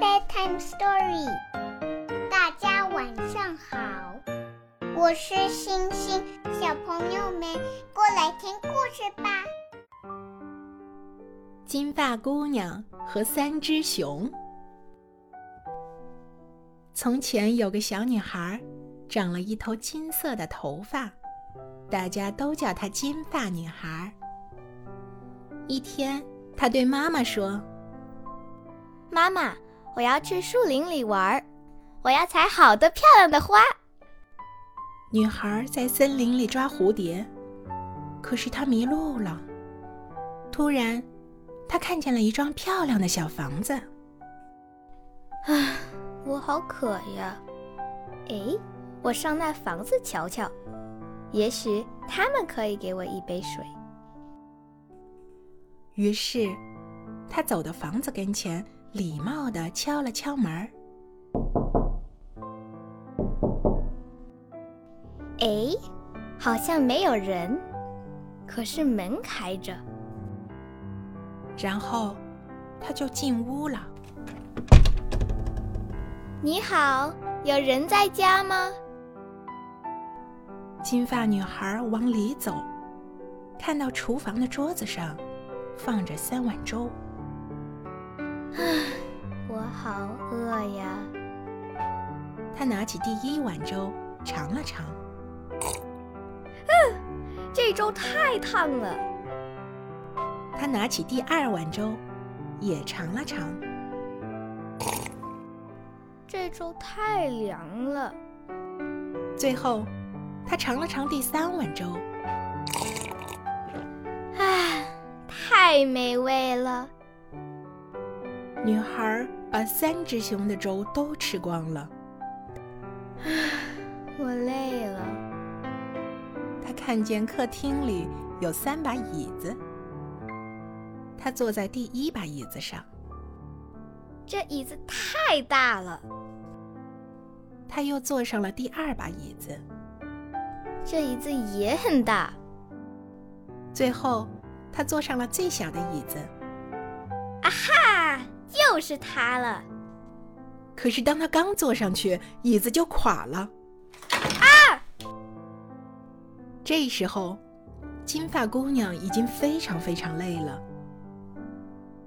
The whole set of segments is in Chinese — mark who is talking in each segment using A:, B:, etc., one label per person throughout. A: bedtime story。大家晚上好，我是星星，小朋友们过来听故事吧。
B: 金发姑娘和三只熊。从前有个小女孩，长了一头金色的头发，大家都叫她金发女孩。一天，她对妈妈说
C: 妈妈，我要去树林里玩儿，我要采好多漂亮的花。：“
B: 女孩在森林里抓蝴蝶，可是她迷路了。”突然，她看见了一幢漂亮的小房子。
C: 唉，我好渴呀！诶，我上那房子瞧瞧，也许他们可以给我一杯水。
B: 于是，他走到房子跟前，礼貌地敲了敲门儿。
C: 诶，好像没有人，可是门开着。
B: 然后，他就进屋了。
C: 你好，有人在家吗？
B: 金发女孩往里走，看到厨房的桌子上放着三碗粥。
C: 我好饿呀！
B: 她拿起第一碗粥尝了尝，
C: 这粥太烫了。
B: 她拿起第二碗粥也尝了尝。
C: 这粥太凉了，
B: 最后，她尝了尝第三碗粥。
C: 唉，太美味了。
B: 女孩把三只熊的粥都吃光了。
C: 我累了，
B: 他看见客厅里有三把椅子，他坐在第一把椅子上，
C: 这椅子太大了，
B: 他又坐上了第二把椅子，
C: 这椅子也很大。
B: 最后他坐上了最小的椅子。
C: 哈，啊就是它了！
B: 可是当他刚坐上去，椅子就垮了。啊！这时候，金发姑娘已经非常非常累了。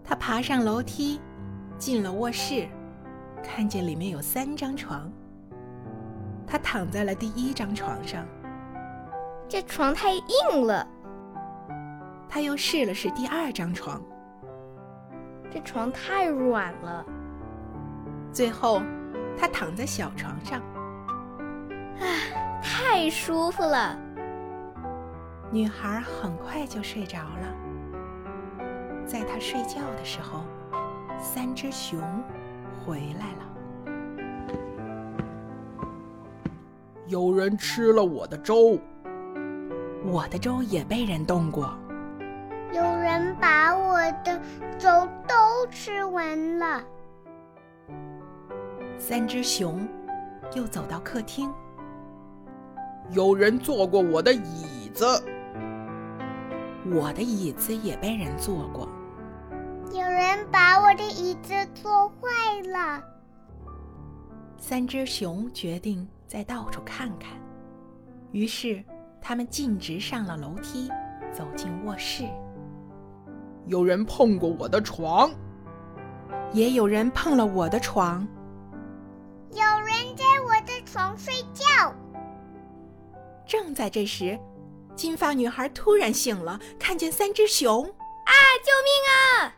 B: 她爬上楼梯，进了卧室，看见里面有三张床。她躺在了第一张床上，
C: 这床太硬了，
B: 她又试了试第二张床，
C: 这床太软了。
B: 最后，她躺在小床上。
C: 太舒服了，
B: 女孩很快就睡着了。在她睡觉的时候，三只熊回来了。
D: 有人吃了我的粥，
B: 我的粥也被人动过，
A: 有人把我的粥都吃完了，
B: 三只熊又走到客厅，
D: 有人坐过我的椅子，
B: 我的椅子也被人坐过。
A: 有人把我的椅子坐坏了，
B: 三只熊决定再到处看看，于是他们径直上了楼梯，走进卧室。
D: 有人碰过我的床，
B: 也有人碰了我的床，
A: 有人在我的床睡觉。
B: 正在这时，金发女孩突然醒了，看见三只熊，
C: 啊，救命啊！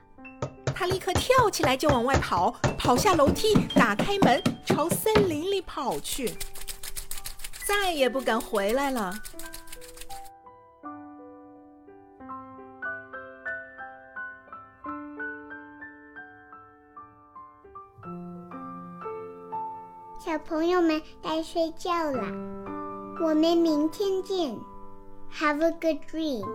B: 她立刻跳起来就往外跑，跑下楼梯，打开门，朝森林里跑去，再也不敢回来了。
A: 小朋友们该睡觉啦，我们明天见。Have a good dream.